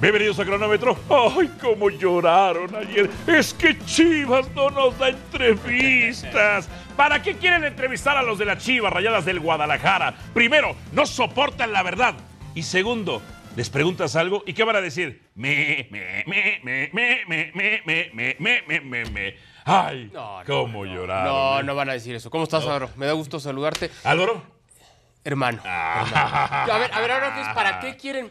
Bienvenidos a Cronómetro. ¡Ay, cómo lloraron ayer! Es que Chivas no nos da entrevistas. ¿Para qué quieren entrevistar a los de las Chivas rayadas del Guadalajara? Primero, no soportan la verdad. Y segundo, les preguntas algo y ¿qué van a decir? Me, me, me, me, me, me, me, me, me, me, me, me, me. ¡Ay, No, no, cómo lloraron! No, eh. no van a decir eso. ¿Cómo estás, Álvaro? Me da gusto saludarte. ¿Álvaro? Hermano. Ah. hermano. A ver, a ver, ahora que es para qué quieren.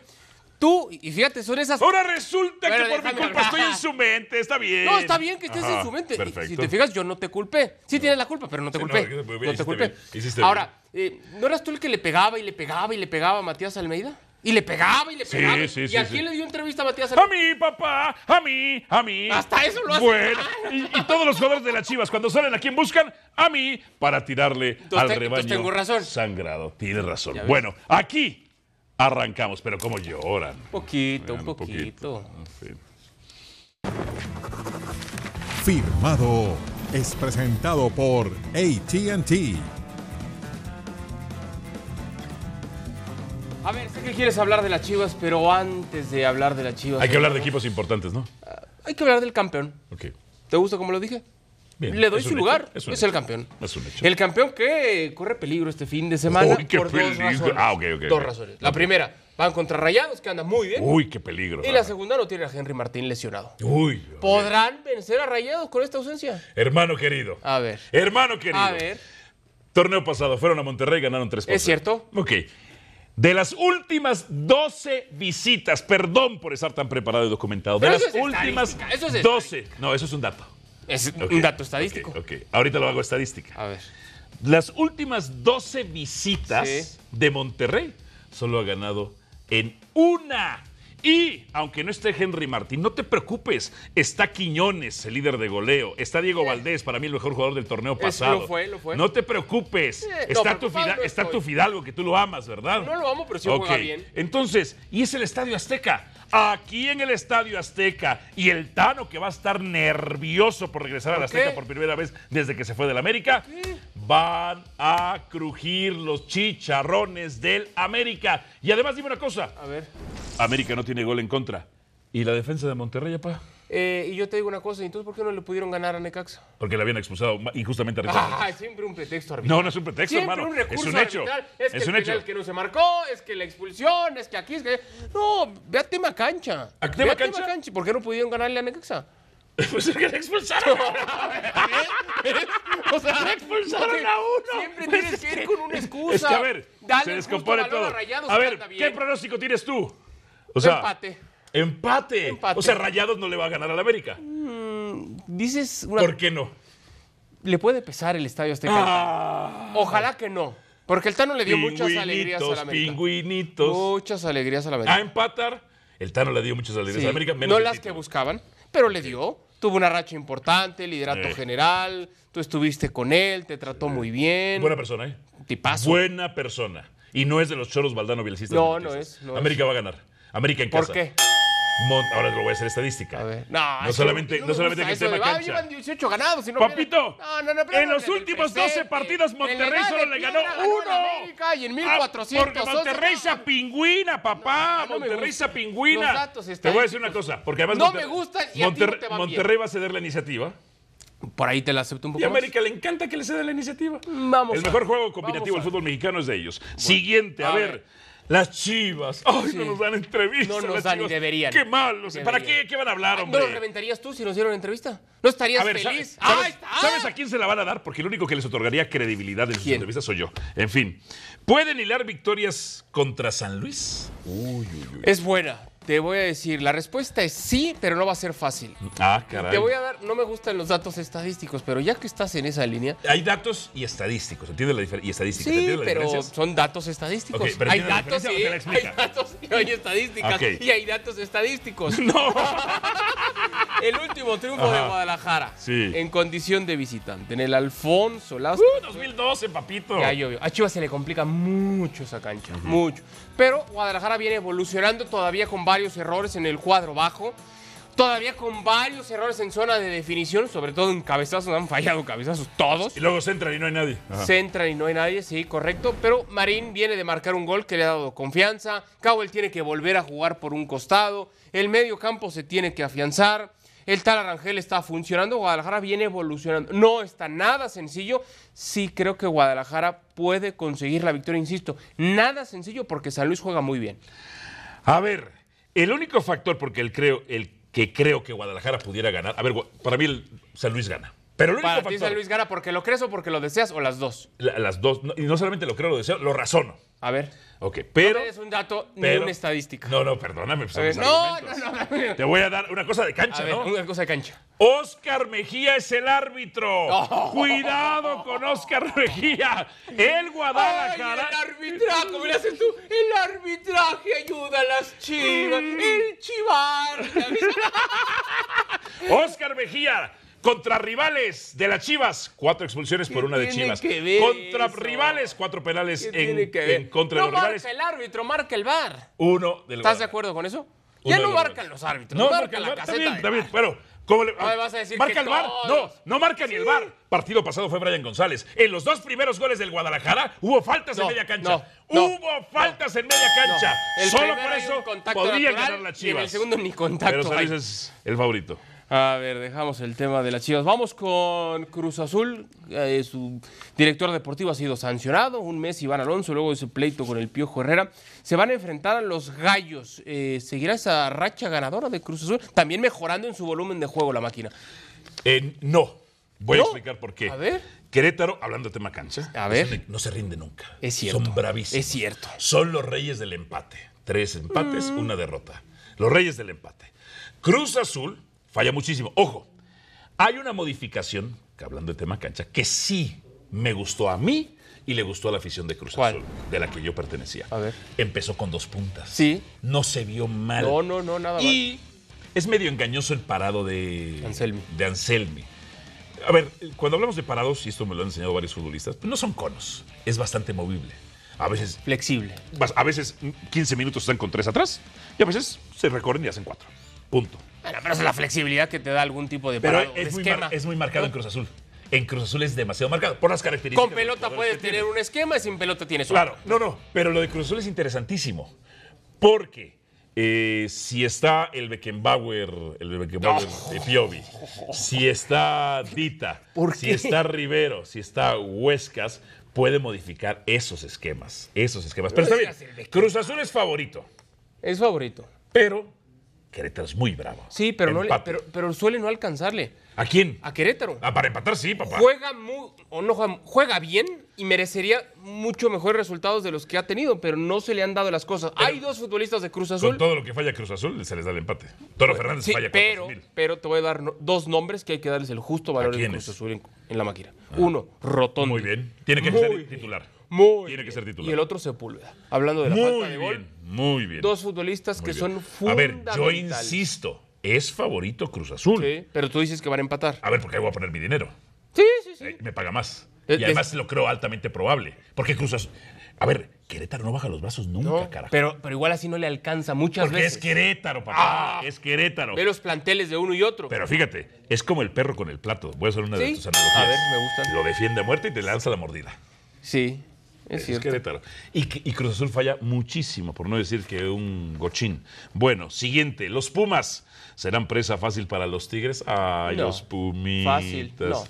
Tú, y fíjate, son esas. Ahora resulta Bueno, que por mi déjame culpa estoy hablar. en su mente. Está bien. No, está bien que estés Ajá, en su mente. Y Perfecto. Si te fijas, yo no te culpé. Sí tienes la culpa, pero no te Sí, no, culpé. muy bien, No hiciste te culpé. bien, hiciste Ahora, eh, ¿no eras tú el que le pegaba y le pegaba y le pegaba a Matías Almeida? Y le pegaba y le Sí, pegaba. sí, ¿Y sí, a sí. quién le dio entrevista a Matías A Almeida? mí, papá, a mí, a mí. Hasta eso lo hace. Bueno, y, y todos los jugadores de las Chivas, cuando salen a quién buscan, a mí, para tirarle al te- entonces rebaño. tengo razón. Sangrado, tienes razón. ves. Bueno, aquí arrancamos, pero cómo lloran. Un poquito, un Bueno, un poquito. En fin. Firmado es presentado por ATT. A ver, sé que quieres hablar de las chivas, pero antes de hablar de las chivas. Hay que hablar de equipos importantes, ¿no? Hay que hablar del campeón. Ok. ¿Te gusta como lo dije? Bien, Le doy es su un hecho, lugar. es Es, un el hecho. campeón. Es un hecho. El campeón que corre peligro este fin de semana Uy, qué por dos peligro. razones. Ah, ok, ok, Dos ok. razones. La Ok. primera, van contra Rayados, que anda muy bien. Uy, qué peligro. y Rafa. la segunda, no tiene a Henry Martín lesionado. Uy. hombre. ¿Podrán vencer a Rayados con esta ausencia? Hermano querido. A ver. Hermano querido. A ver. Torneo pasado, fueron a Monterrey y ganaron 3 por ¿Es cero. cierto? Ok. De las últimas 12 visitas, perdón por estar tan preparado y documentado. De Pero las eso es últimas estadística, eso es 12. No, eso es un dato. Es Ok, un dato estadístico. Ok, ok. ahorita lo hago estadística. A ver. Las últimas 12 visitas Sí. de Monterrey solo ha ganado en una. Y aunque no esté Henry Martín, no te preocupes. Está Quiñones, el líder de goleo. Está Diego Valdés, para mí el mejor jugador del torneo pasado. lo fue, lo fue. No te preocupes. Eh, no, está, tu preocupado Fida- no está tu estoy. Fidalgo, que tú lo amas, ¿verdad? No lo amo, pero sí Ok. juega bien. Entonces, y es el Estadio Azteca. Aquí en el Estadio Azteca. Y el Tano, que va a estar nervioso por regresar al ¿Por Azteca qué? por primera vez desde que se fue del América. Van a crujir los chicharrones del América. Y además, dime una cosa: A ver. América no tiene gol en contra. ¿Y la defensa de Monterrey, apa? Eh, y yo te digo una cosa, ¿y entonces por qué no le pustieron ganar a Necaxa? Porque la habían expulsado ma- injustamente a Ricardo. Ah, siempre un pretexto arbitral. No, no es un pretexto, Siempre hermano. un recurso es un hecho. arbitral. Es, que un el hecho. penal que no se marcó, es que la expulsión, es que aquí, es que... No, ve a tema cancha. ¿A Ve tema a cancha? ¿Por qué no pudieron ganarle a Necaxa? Pues es que la expulsaron. ¿Eh? O sea, expulsaron o sea, a uno. Siempre Pues tienes es que ir que- con una excusa. Es que a ver, Dale se el justo descompone valor todo. A, Rayados, a que ver, anda bien. ¿qué pronóstico tienes tú? O sea, Empate. Empate. Empate. O sea, Rayados no le va a ganar al América. Dices, una- ¿Por qué no? le puede pesar el estadio Azteca. al Tano? Ojalá que no. Porque el Tano le Ah, dio muchas alegrías a la Pingüinitos, América. pingüinitos. Muchas alegrías a la América. A empatar. El Tano le dio muchas alegrías Sí, a la América. menos no el las que título. buscaban, pero le dio. Tuvo una racha importante, liderato Eh. general. Tú estuviste con él, te trató muy bien. Buena persona, ¿eh? tipazo. Buena persona. Y no es de los choros Valdano Bielcistas. No, Bielcistas. no es, no es. América va a ganar. América en ¿Por casa. qué? Mon- Ahora lo voy a hacer estadística. A ver. No, es que solamente, no me solamente gusta que eso esté de, en "Ah, la cancha. llevan 18 ganados. Si no Papito, pierden". No, no, no, pero en los del últimos presente. 12 partidos El Monterrey legal de solo le ganó piedra ganó al América uno. Y en Ah, porque 1400 Monterrey se apingüina, papá. No, no me Monterrey gusta. se apingüina. Los datos te voy a decir una estadísticos. cosa, porque además No Monter- me gustan y a ti no Monter- te van bien. Monterrey va a ceder la iniciativa. Por ahí te la acepto un poco Y a más. América le encanta que le ceda la iniciativa. Vamos El a- mejor juego combinativo del vamos a- fútbol mexicano es de ellos. Siguiente, a, a ver. ver. Las chivas. Ay, no Sí. nos dan entrevistas. No nos las dan y Chivas. deberían. Qué malos. ¿Para Deberían. qué? ¿Qué van a hablar, ¿No hombre? lo reventarías tú si nos dieron entrevista? ¿No estarías A ver, ¿sabe- feliz? ¿sabes, ¡Ahí está! sabes a quién se la van a dar? Porque el único que les otorgaría credibilidad en sus ¿Quién? entrevistas soy yo. En fin, ¿pueden hilar victorias contra San Luis? Es buena. Te voy a decir, la respuesta es sí, pero no va a ser fácil. Ah, caray. Te voy a dar, no me gustan los datos estadísticos, pero ya que estás en esa línea, Hay datos y estadísticos, ¿entiendes la diferencia? Y estadísticas, sí, ¿entiendes la pero diferencia? son datos estadísticos. Ok, pero hay ¿entiendes la datos y diferencia o te la hay explica? datos y hay estadísticas Ok. y hay datos estadísticos. No. El último triunfo Ajá. de Guadalajara Sí. en condición de visitante en el Alfonso Lazo. Uh, 2012, papito. Ya llovió. A Chivas se le complica mucho esa cancha, mucho. Pero Guadalajara viene evolucionando todavía con varios errores en el cuadro bajo, todavía con varios errores en zona de definición, sobre todo en cabezazos, han fallado cabezazos todos. Y luego se entra y no hay nadie. Ajá. Se entran y no hay nadie, sí, correcto. Pero Marín viene de marcar un gol que le ha dado confianza. Cowell tiene que volver a jugar por un costado. El medio campo se tiene que afianzar. El tal Arangel está funcionando. Guadalajara viene evolucionando. No está nada sencillo. Sí creo que Guadalajara puede conseguir la victoria, insisto. Nada sencillo porque San Luis juega muy bien. A ver, el único factor porque el creo, el que creo que Guadalajara pudiera ganar. A ver, Gua- para mí el San Luis gana. Pero el único Para ti factor. San Luis gana porque lo crees o porque lo deseas o las dos. la- las dos. no- y no solamente lo creo, lo deseo, lo razono. A ver. Ok, pero. No es un dato ni pero- una estadística. No, no, perdóname. pues, A son ver, mis no, no, argumentos. no, no. Te voy a dar una cosa de A cancha, ver, ¿no? una cosa de cancha. Oscar Mejía es el árbitro. Cuidado con Oscar Mejía. El Guadalajara. ¡Ay, el arbitraje! Mira, haces tú, el arbitraje ayuda a las chivas, Mm. el chivar. Oscar Mejía contra rivales de las Chivas, cuatro expulsiones por una de tiene Chivas. que ver contra eso? rivales, cuatro penales ¿Qué en, tiene que ver? en contra no de los rivales. marca el árbitro, marca el bar. Uno del ¿Estás Guadalajara. de acuerdo con eso? Uno ya del no Guadalajara. marcan los árbitros, No, marca la el bar, Está caseta. bien, de está bien, bar. pero. ¿cómo le, No me vas a decir ¿Marca que el bar? No, todos. no marca ni el bar. Partido pasado fue Brian González. En los dos primeros goles del Guadalajara hubo faltas en No, media cancha. no, no, hubo faltas en media cancha. No, el Solo primero por hay un eso contacto podría natural ganar las y en Chivas. el segundo ni pero contacto. San Luis hay. es el favorito. A ver, dejamos el tema de las chivas. Vamos con Cruz Azul. Eh, su director deportivo ha sido sancionado. Un mes Iván Alonso, luego de su pleito con el Piojo Herrera. Se van a enfrentar a los gallos. Eh, ¿Seguirá esa racha ganadora de Cruz Azul? También mejorando en su volumen de juego la máquina. Eh, no. Voy ¿No? a explicar por qué. A ver. Querétaro, hablando de tema cancha, A es ver. un- no se rinde nunca. Es cierto. Son bravísimos. Es cierto. Mm. Son los reyes del empate. Tres empates, una derrota. Los reyes del empate. Cruz Azul falla muchísimo. Ojo, hay una modificación, que hablando de tema cancha, que sí me gustó a mí y le gustó a la afición de Cruz ¿Cuál? Azul, de la que yo pertenecía. A ver. Empezó con dos puntas. Sí. No se vio mal. No, no, no, nada mal. Y es medio engañoso el parado de Anselmi. De Anselmi. A ver, cuando hablamos de parados, y esto me lo han enseñado varios futbolistas, pues no son conos, es bastante movible. A veces, Flexible. vas- a veces 15 minutos están con tres atrás y a veces se recorren y hacen cuatro. Punto. Bueno, pero es la flexibilidad que te da algún tipo de, Pero parado, de es, muy mar- esquema. es muy marcado en Cruz Azul. En Cruz Azul es demasiado marcado por las características. Con de los pelota jugadores puedes que tiene. tener un esquema y sin pelota tienes otro. Claro, no, no. Pero lo de Cruz Azul es interesantísimo. Porque eh, si está el Beckenbauer, el Beckenbauer de Piovi, si está Dita, si está Rivero, si está Huescas, puede modificar esos esquemas. Esos esquemas. Pero está digas el bien. Cruz Azul es favorito, Es favorito. pero Querétaro es muy bravo. Sí, pero, no le- Empate. pero, pero suele no alcanzarle. ¿A quién? A Querétaro. Ah, para empatar, sí, papá. juega mu- o no juega, juega bien y merecería mucho mejores resultados de los que ha tenido, pero no se le han dado las cosas. Hay dos futbolistas de Cruz Con Azul. todo lo que falla Cruz Azul, se les da el empate. Toro Fernández Sí, falla pero, 400,000. pero te voy a dar no- dos nombres que hay que darles el justo valor en quiénes? Ah. Cruz Azul en, en la máquina. Uno, Rotondo. Muy bien. Tiene que Muy ser bien. titular. Muy Tiene que bien. ser titular. Y el otro, Sepúlveda. Hablando de la falta Muy de bien, gol, muy bien. dos futbolistas muy que bien. son A ver, fundamentales. yo insisto, es favorito Cruz Azul. Sí, pero tú dices que van a empatar. A ver, porque ahí voy a poner mi dinero. Sí, sí, sí. Eh, Me paga más. Eh, Y además lo creo altamente probable. Porque Cruz Azul. A ver, Querétaro no baja los brazos nunca, No, carajo. pero, pero igual así no le alcanza muchas porque veces. es Querétaro, papá. Ah. es Querétaro. Ve los planteles de uno y otro. Pero fíjate, es como el perro con el plato. Voy a hacer una de Sí. tus analogías. A ver, me gusta. Lo defiende a muerte y te lanza la mordida. sí, Eso es Es cierto. Querétaro. Y, que- y Cruz Azul falla muchísimo, por no decir que un gochín. Bueno, siguiente, los Pumas. ¿Serán presa fácil para los Tigres? Ay, No. los Pumitas. Fácil, no.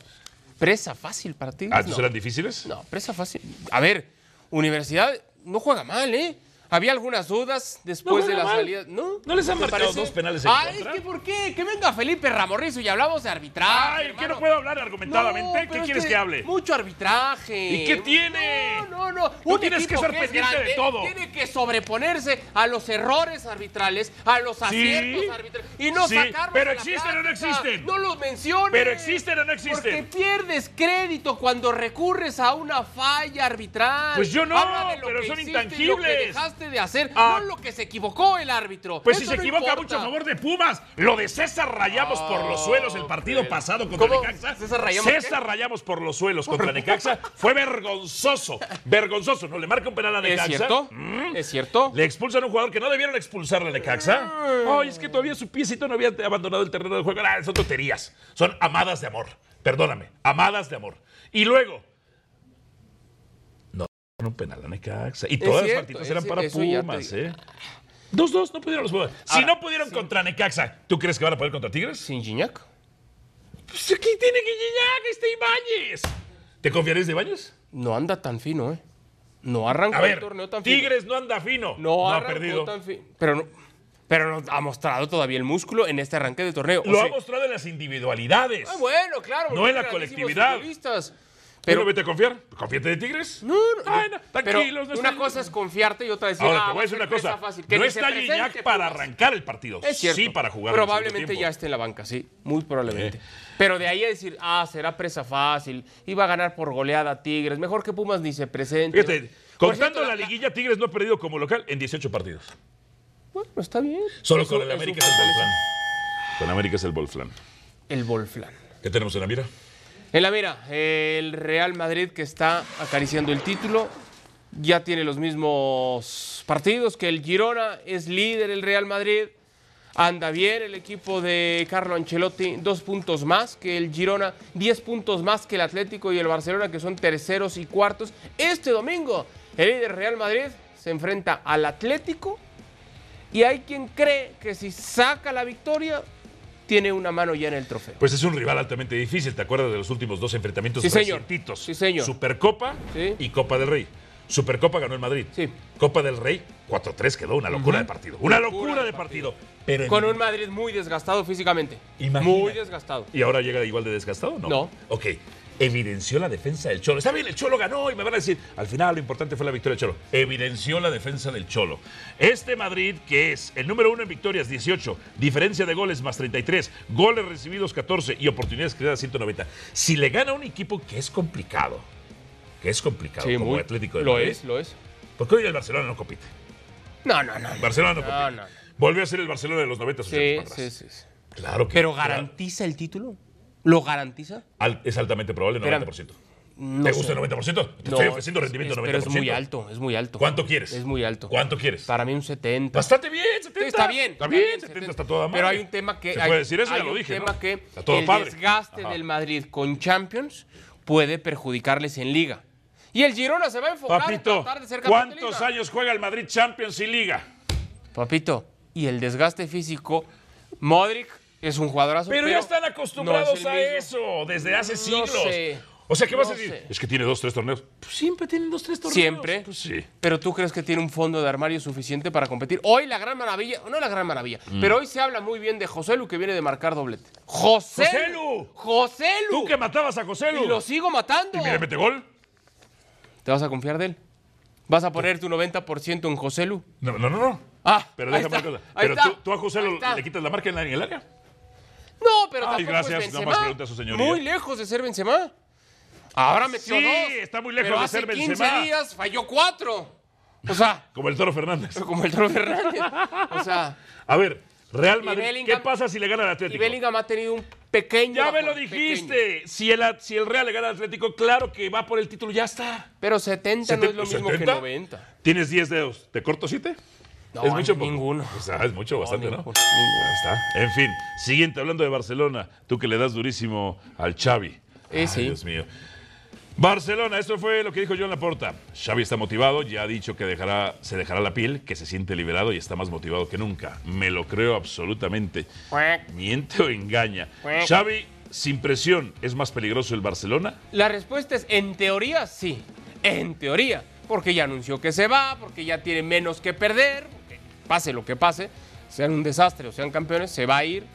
Presa fácil para ti. Mm, Ah, ¿entonces no. eran difíciles? No, presa fácil. A ver, Universidad no juega mal, ¿eh? Había algunas dudas después No de juega la mal. salida. ¿No? ¿No les han ¿Te marcado parece? dos penales en Ay, contra? es que ¿por qué? Que venga Felipe Ramorrizo y hablamos de arbitraje. Ay, que hermano. no puedo hablar No, argumentadamente. pero ¿Qué es quieres que hable? Mucho arbitraje. ¿Y qué tiene? No, no, no. Tú tienes equipo que ser es pendiente de grande todo. Tiene que sobreponerse a los errores arbitrales, a los aciertos arbitrales. Y no sí, sacarlos pero a la existen o no plática. existen. No los menciones. Pero existen o no existen. Porque pierdes crédito cuando recurres a una falla arbitral. Pues yo no, Habla de lo pero que son hiciste y lo que intangibles. dejaste de hacer, Ah. no lo que se equivocó el árbitro. Pues Eso si se no equivoca importa. mucho a favor de Pumas, lo de César Rayamos por los suelos el partido hombre. pasado contra ¿Cómo? Necaxa. ¿César Rayamos César Rayamos por los suelos contra Necaxa fue vergonzoso, vergonzoso. No le marca un penal a ¿Es Necaxa. Mm, cierto? ¿Es cierto? Le expulsan a un jugador que no debieron expulsarle a Necaxa. Ay, es que todavía su piecito no había abandonado el terreno de juego. Ah, son tonterías. Son amadas de amor. Perdóname, amadas de amor. Y luego. No, un penal a Necaxa. Y todas las cierto, partidas es eran cier- para eso ya te Pumas, digo. ¿eh? Dos, dos, no pudieron los jugadores. Si Ahora, no pudieron contra Necaxa, ¿tú crees que van a poder contra Tigres? ¿Sin Gignac? Pues aquí tiene que llegar este Ibáñez. ¿Te confiaréis de Ibáñez? No anda tan fino, ¿eh? No arrancó A el ver, torneo tan fino. Tigres no anda fino. no, ha arrancó perdido. tan fino. Pero no, pero no ha mostrado todavía el músculo en este arranque de torneo. O Lo ha sea- mostrado en las individualidades. Ah, bueno, claro. No porque en la hay grandísimos colectividad. futbolistas. Pero Pero, no vete a confiar. Confíate de Tigres. No, no, Ay, no, pero tranquilos, no una están- cosa es confiarte y otra es decir, Ahora ah, te voy va a decir una ser presa cosa. fácil. Que No ni se está presente, Gignac para Pumas. arrancar el partido. Es cierto. Sí, para jugar. en el Probablemente segundo ya tiempo. esté en la banca, sí. Muy probablemente. Pero de ahí a decir, ah, será presa fácil. Iba a ganar por goleada a Tigres. Mejor que Pumas ni se presente. Fíjate, Por contando cierto, la liguilla, Tigres no ha perdido como local en 18 partidos. Bueno, está bien. Solo Eso- con el eso América es el fortalece. Bolflan. Con América es el Bolflan. El Volflan. ¿Qué tenemos en la mira? En la mira, el Real Madrid que está acariciando el título. Ya tiene los mismos partidos que el Girona. Es líder el Real Madrid. Anda bien el equipo de Carlo Ancelotti. Dos puntos más que el Girona. Diez puntos más que el Atlético y el Barcelona que son terceros y cuartos. Este domingo el líder Real Madrid se enfrenta al Atlético. Y hay quien cree que si saca la victoria, tiene una mano ya en el trofeo. Pues es un rival altamente difícil. ¿Te acuerdas de los últimos dos enfrentamientos Sí, señor. recientitos? Sí, señor. Supercopa Sí. y Copa del Rey. Supercopa ganó el Madrid. Sí. Copa del Rey, 4-3 quedó. Una locura de partido. Una locura, Locura de de partido. Pero en- Con un Madrid muy desgastado físicamente. Imagínate. Muy desgastado. ¿Y ahora llega igual de desgastado? No. No. Ok. Evidenció la defensa del Cholo. Está bien, el Cholo ganó y me van a decir, al final lo importante fue la victoria del Cholo. Evidenció la defensa del Cholo. Este Madrid, que es el número uno en victorias, 18, diferencia de goles más 33, goles recibidos 14 y oportunidades creadas 190. Si le gana a un equipo que es complicado, que es complicado como muy. Atlético de Lo Madrid, es, lo es. porque hoy el Barcelona no compite. No, no, no. El Barcelona no No, compite. no, no. Volvió a ser el Barcelona de los 90. Sí, 80 para sí, atrás. sí. sí. Claro que ¿Pero claro. garantiza el título? ¿Lo garantiza? Al- es altamente probable, Espérame. 90%. No ¿Te sé. gusta el 90%? Te No, estoy ofreciendo rendimiento es- 90%. Pero es muy alto, es muy alto. ¿Cuánto quieres? Es muy alto. ¿Cuánto quieres? Para mí un 70. Bastante bien, 70. Sí, está bien. Está bien, 70, está toda madre. Pero hay un tema que. ¿Se hay- puede decir eso? hay Ya lo un dije, tema ¿no? que Está todo el padre. desgaste Ajá. del Madrid con Champions puede perjudicarles en Liga. Y el Girona se va a enfocar en Papito, tratar de ser campeón de ¿cuántos Liga. años juega el Madrid Champions y Liga? Papito, y el desgaste físico, Modric es un jugadorazo. Pero, ya están no acostumbrados es el a mismo. eso desde hace No siglos. sé. O sea, ¿qué vas a No decir? sé. Es que tiene dos, tres torneos. Pues siempre tienen dos, tres torneos. Siempre. Pues sí. Pero tú crees que tiene un fondo de armario suficiente para competir. Hoy la gran maravilla, no la gran maravilla, pero hoy se habla muy bien de José Lu que viene de marcar doblete. José Joselu. Lu. José Lu. Tú que matabas a José Lu. Y lo sigo matando. Y mira, mete gol. ¿Te vas a confiar de él? ¿Vas a poner tu 90% en José Lu? No, no, no. no. Ah, Pero ahí déjame está, una cosa. ahí Pero está, tú, tú a José ahí Lu está. le quitas la marca en la- en el área. No, pero Ay, tampoco gracias, es no más Benzema. pregunta a su señoría. Muy lejos de ser Benzema. Ahora metió Sí, dos. está muy lejos pero de ser hace Benzema. 15 días falló cuatro. O sea, Como el Toro Fernández. como el Toro Fernández. O sea, A ver, Real Y Madrid, ¿qué Bellingham- pasa si le gana el y Atlético? Bellingham ha tenido un pequeño. Ya me bajón, lo pequeño. dijiste. Si el, si el Real le gana al Atlético, claro que va por el título, ya está. Pero 70 no es lo mismo que 70? 90. Tienes 10 dedos. ¿Te corto 7? No, ninguno. O sea, es mucho, bastante, ¿no? ninguno, ninguno. Ahí está. En fin, siguiente, hablando de Barcelona, tú que le das durísimo al Xavi. Eh, sí. Dios mío. Barcelona, esto fue lo que dijo Joan Laporta. Xavi está motivado, ya ha dicho que dejará, se dejará la piel, que se siente liberado y está más motivado que nunca. Me lo creo absolutamente. Miente o engaña. Xavi, sin presión, ¿es más peligroso el Barcelona? La respuesta es, en teoría, sí. En teoría. porque ya anunció que se va, porque ya tiene menos que perder, porque pase lo que pase, sean un desastre o sean campeones, se va a ir.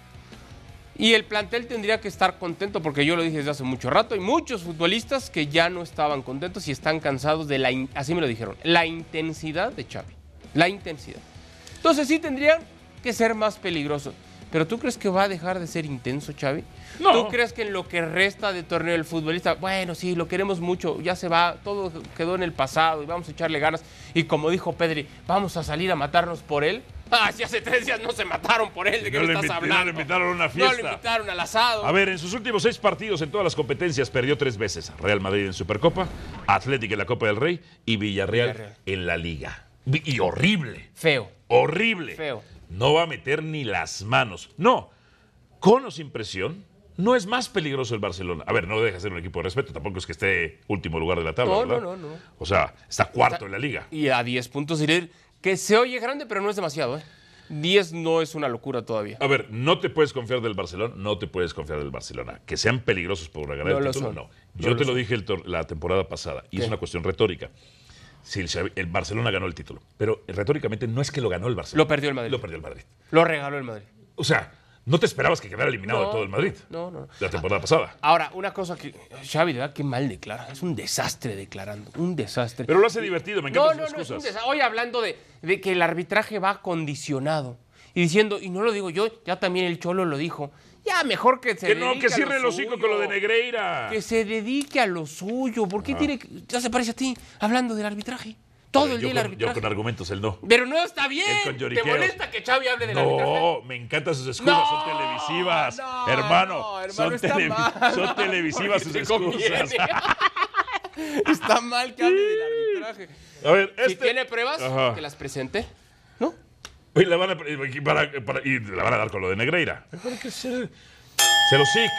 Y el plantel tendría que estar contento, porque yo lo dije desde hace mucho rato, hay muchos futbolistas que ya no estaban contentos y están cansados de la, in- así me lo dijeron, la intensidad de Xavi, la intensidad. Entonces sí tendrían que ser más peligrosos. Pero ¿tú crees que va a dejar de ser intenso, Xavi? No. ¿Tú crees que en lo que resta de torneo el futbolista, bueno, sí, lo queremos mucho, ya se va, todo quedó en el pasado y vamos a echarle ganas? Y como dijo Pedri, vamos a salir a matarnos por él. Ah, si hace tres días no se mataron por él, ¿de qué No me le estás invit- no le hablando? invitaron a una No fiesta. le invitaron al asado. A ver, en sus últimos seis partidos en todas las competencias perdió tres veces. Real Madrid en Supercopa, Atlético en la Copa del Rey y Villarreal, Villarreal. en la Liga. Vi- Y horrible, Feo. horrible. Feo. No va a meter ni las manos. No, con o sin presión, no es más peligroso el Barcelona. A ver, no deja de ser un equipo de respeto, tampoco es que esté último lugar de la tabla, No, ¿verdad? no, no, no. O sea, está cuarto en la Liga. Y a 10 puntos iría, que se oye grande, pero no es demasiado, ¿eh? 10 no es una locura todavía. A ver, no te puedes confiar del Barcelona, no te puedes confiar del Barcelona. Que sean peligrosos por ganar No el lo título, son. no. No Yo lo te lo son. dije el tor- la temporada pasada, y ¿Qué? es una cuestión retórica. Si el, Xavi- el Barcelona ganó el título, pero retóricamente no es que lo ganó el Barcelona. Lo perdió el Madrid. Lo perdió el Madrid. Lo regaló el Madrid. O sea, no te esperabas que quedara eliminado No, de todo el Madrid. no, no, no. La temporada pasada. Ahora, una cosa que Xavi, de verdad, qué mal declara. Es un desastre declarando. Un desastre. Pero lo hace divertido, me no, encantan no, sus no, es un excusas. desastre. Hoy hablando de, de que el arbitraje va condicionado. Y diciendo, y no lo digo yo, ya también el Cholo lo dijo. Ya mejor que se que no, dedique que a lo cierre el hocico suyo. con lo de Negreira. Que se dedique a lo suyo. ¿Por qué tiene que- Ya se parece a ti, hablando del arbitraje. Todo Yo el día el con- Yo arbitraje. con argumentos, él no. Pero no está bien. Él con ¿Te lloriqueos. molesta que Xavi hable del arbitraje? No, me encantan sus excusas, No, son televisivas. no, hermano, no, hermano, son, está televi- mal. son televisivas sus Porque te conviene. excusas. Está mal que hable del arbitraje. A ver, Si este- tiene pruebas, Ajá. que las presente. ¿No? Y la, van a, y para- para- y la van a dar con lo de Negreira. Mejor que se... Se lo sic.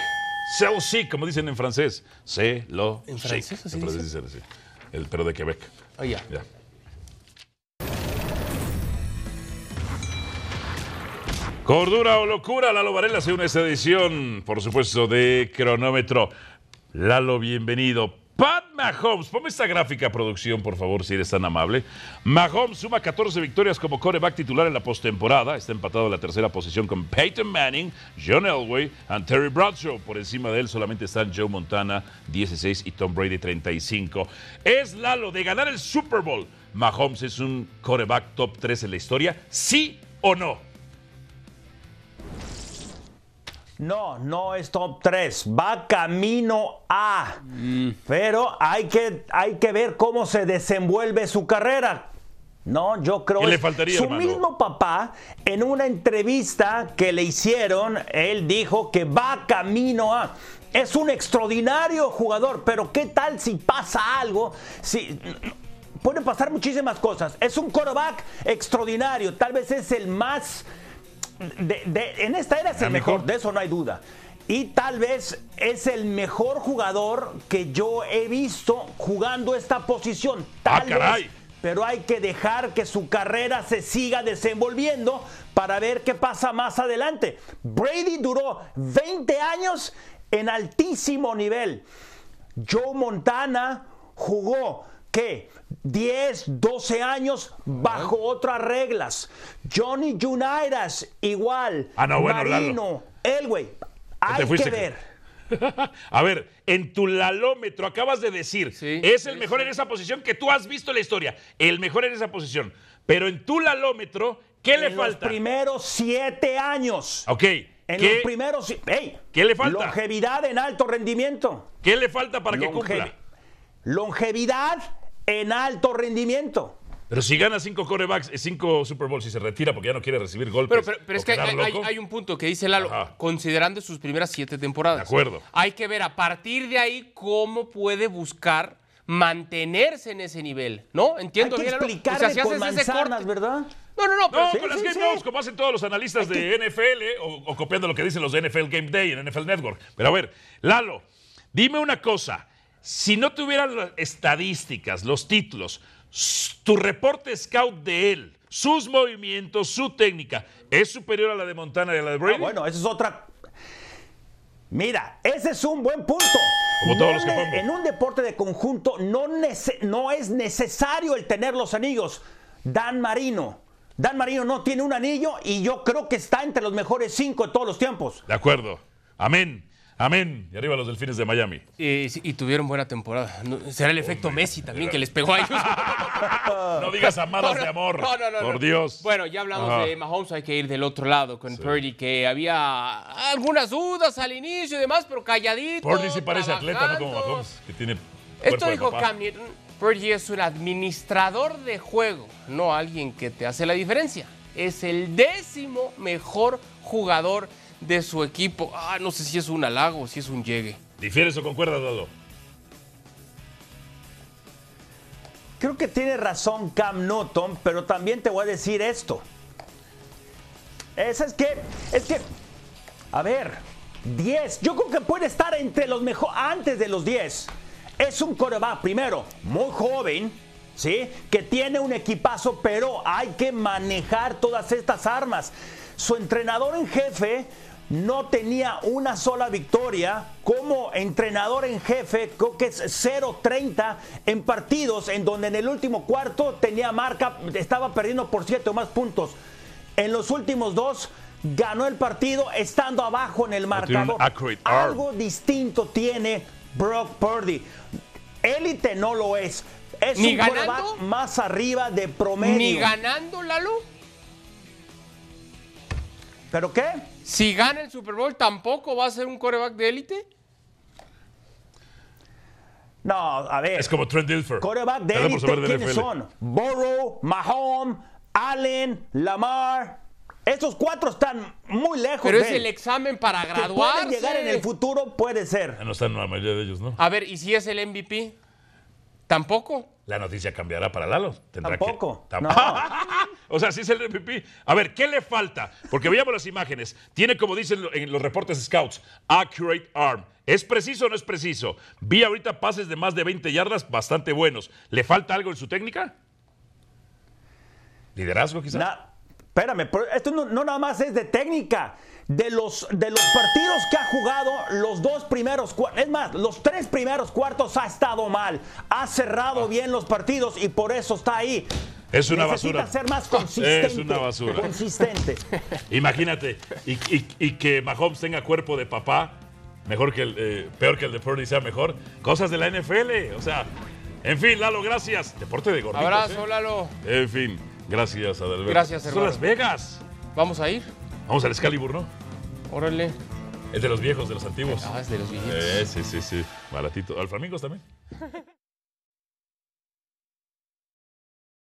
Se lo sic, como dicen en francés. Se lo ¿En sic. francés así En francés dicen así. El pero de Quebec. Oye. Ya. Cordura o locura, Lalo Varela hace una esta edición, por supuesto, de cronómetro. Lalo, bienvenido. Pat Mahomes, ponme esta gráfica, producción, por favor, si eres tan amable. Mahomes suma 14 victorias como coreback titular en la postemporada. Está empatado en la tercera posición con Peyton Manning, John Elway y Terry Bradshaw. Por encima de él solamente están Joe Montana, 16, y Tom Brady, 35. Es Lalo de ganar el Super Bowl. Mahomes es un coreback top 3 en la historia, ¿sí o no? No, no es top 3, va camino a. Mm. Pero hay que, hay que ver cómo se desenvuelve su carrera. No, yo creo ¿Qué le es- faltaría, su hermano? mismo papá en una entrevista que le hicieron, él dijo que va camino a es un extraordinario jugador, pero ¿qué tal si pasa algo? Si pueden pasar muchísimas cosas. Es un quarterback extraordinario, tal vez es el más de- de- en esta era es el mejor, de eso no hay duda. Y tal vez es el mejor jugador que yo he visto jugando esta posición. Ah, Tal caray. vez, pero hay que dejar que su carrera se siga desenvolviendo para ver qué pasa más adelante. Brady duró 20 años en altísimo nivel. Joe Montana jugó ¿qué? 10, 12 años bajo otras reglas. Johnny Unitas igual. Ah, no, bueno, Lalo. Marino, Elway. te Hay que fuiste. ver. A ver, en tu lalómetro acabas de decir, Sí, es sí, el mejor en esa posición que tú has visto en la historia, el mejor en esa posición. Pero en tu lalómetro, ¿qué le en los falta? primeros 7 años. Ok, En ¿qué, los primeros. ¡Ey! ¿Qué le falta? Longevidad en alto rendimiento. qué le falta para que Longevi- cumpla? Longevidad en alto rendimiento. Pero si gana cinco corebacks, eh, cinco Super Bowls y se retira porque ya no quiere recibir golpes. Pero, pero- pero es o que quedar hay, hay- loco, hay un punto que dice Lalo, Ajá. considerando sus primeras siete temporadas. De acuerdo. Hay que ver a partir de ahí cómo puede buscar mantenerse en ese nivel, ¿no? Entiendo Hay que bien, Lalo. explicarle si con haces ese manzanas, corte- ¿verdad? No, no, no, pero No, sí, con las sí, Game sí. Notes, como hacen todos los analistas de NFL eh, o, o copiando lo que dicen los de NFL Game Day en NFL Network. Pero a ver, Lalo, dime una cosa. Si no tuvieran las estadísticas, los títulos, s- tu reporte scout de él, sus movimientos, su técnica, ¿es superior a la Ah, de Montana y a la de Brady? Ah, bueno, eso es otra. Mira, ese es un buen punto. Como todos no los que ne- pongo. En un deporte de conjunto no, nece- no es necesario el tener los anillos. Dan Marino. Dan Marino no tiene un anillo y yo creo que está entre los mejores cinco de todos los tiempos. De acuerdo. Amén. Amén. Y arriba los delfines de Miami. Y, sí, y tuvieron buena temporada. No, Será el efecto Messi también que les pegó a ellos. No digas amadas Ah. No, no, de amor. no, no, no, por no. Dios. Bueno, ya hablamos Ajá. de Mahomes, hay que ir del otro lado con Purdy, que había algunas dudas al inicio y demás, pero calladito. Purdy sí parece atleta, no como trabajando. Mahomes, que tiene cuerpo Esto de dijo papá. Cam Newton. Purdy es un administrador de juego, no alguien que te hace la diferencia. Es el décimo mejor jugador de su equipo. Ah, no sé si es un halago o si es un llegue. ¿Difieres o concuerdas, Lalo? Creo que tiene razón Cam Newton, pero también te voy a decir esto. Es, es que, es que, a ver, 10. Yo creo que puede estar entre los mejores, antes de los 10. Es un coreback, primero, muy joven, ¿sí? Que tiene un equipazo, pero hay que manejar todas estas armas. Su entrenador en jefe no tenía una sola victoria. Como entrenador en jefe, creo que es 0-30 en partidos en donde en el último cuarto tenía marca, estaba perdiendo por 7 o más puntos. En los últimos dos ganó el partido estando abajo en el tiene un marcador. accurate arm. Algo distinto tiene Brock Purdy. Élite no lo es. Es ¿Ni un ganando? quarterback más arriba de promedio. Ni ganando, Lalo. ¿Pero qué? Si gana el Super Bowl, tampoco va a ser un coreback de élite. No, a ver. Es como Trent Dilfer. Coreback de Perdón por élite, saber de ¿quiénes NFL. son? Burrow, Mahomes, Allen, Lamar. Estos cuatro están muy lejos Pero de es él. el examen para Que pueden graduarse. llegar en el futuro, puede Ah, ser. No están la mayoría de ellos, ¿no? A ver, ¿y si es el MVP? Tampoco. La noticia cambiará para Lalo. Tendrá Tampoco, Que... Tam- no. o sea, sí es el MVP. A ver, ¿qué le falta? Porque veamos las imágenes. Tiene, como dicen lo- en los reportes scouts, accurate arm. ¿Es preciso o no es preciso? Vi ahorita pases de más de 20 yardas bastante buenos. ¿Le falta algo en su técnica? ¿Liderazgo quizás? Na- espérame, pero esto no, no nada más es de técnica. De los, de los partidos que ha jugado, los dos primeros, cua- es más, los tres primeros cuartos ha estado mal. Ha cerrado bien los partidos y por eso está ahí. Ah. Es una Necesita basura. ser más consistente. Es una basura. Consistente. Imagínate, y, y- y que Mahomes tenga cuerpo de papá, mejor que el, eh, peor que el de Purdy sea mejor. Cosas de la NFL, o sea. En fin, Lalo, gracias. Deporte de gorditos. Abrazo, ¿eh? Lalo. En fin, gracias, Adalberto. Gracias, Son hermano. Las Vegas. Vamos a ir. Vamos al Excalibur, ¿no? Órale. Es de los viejos, de los antiguos. Ah, es de los viejitos. Eh, sí, sí, sí. Baratito. ¿Alflamingos también?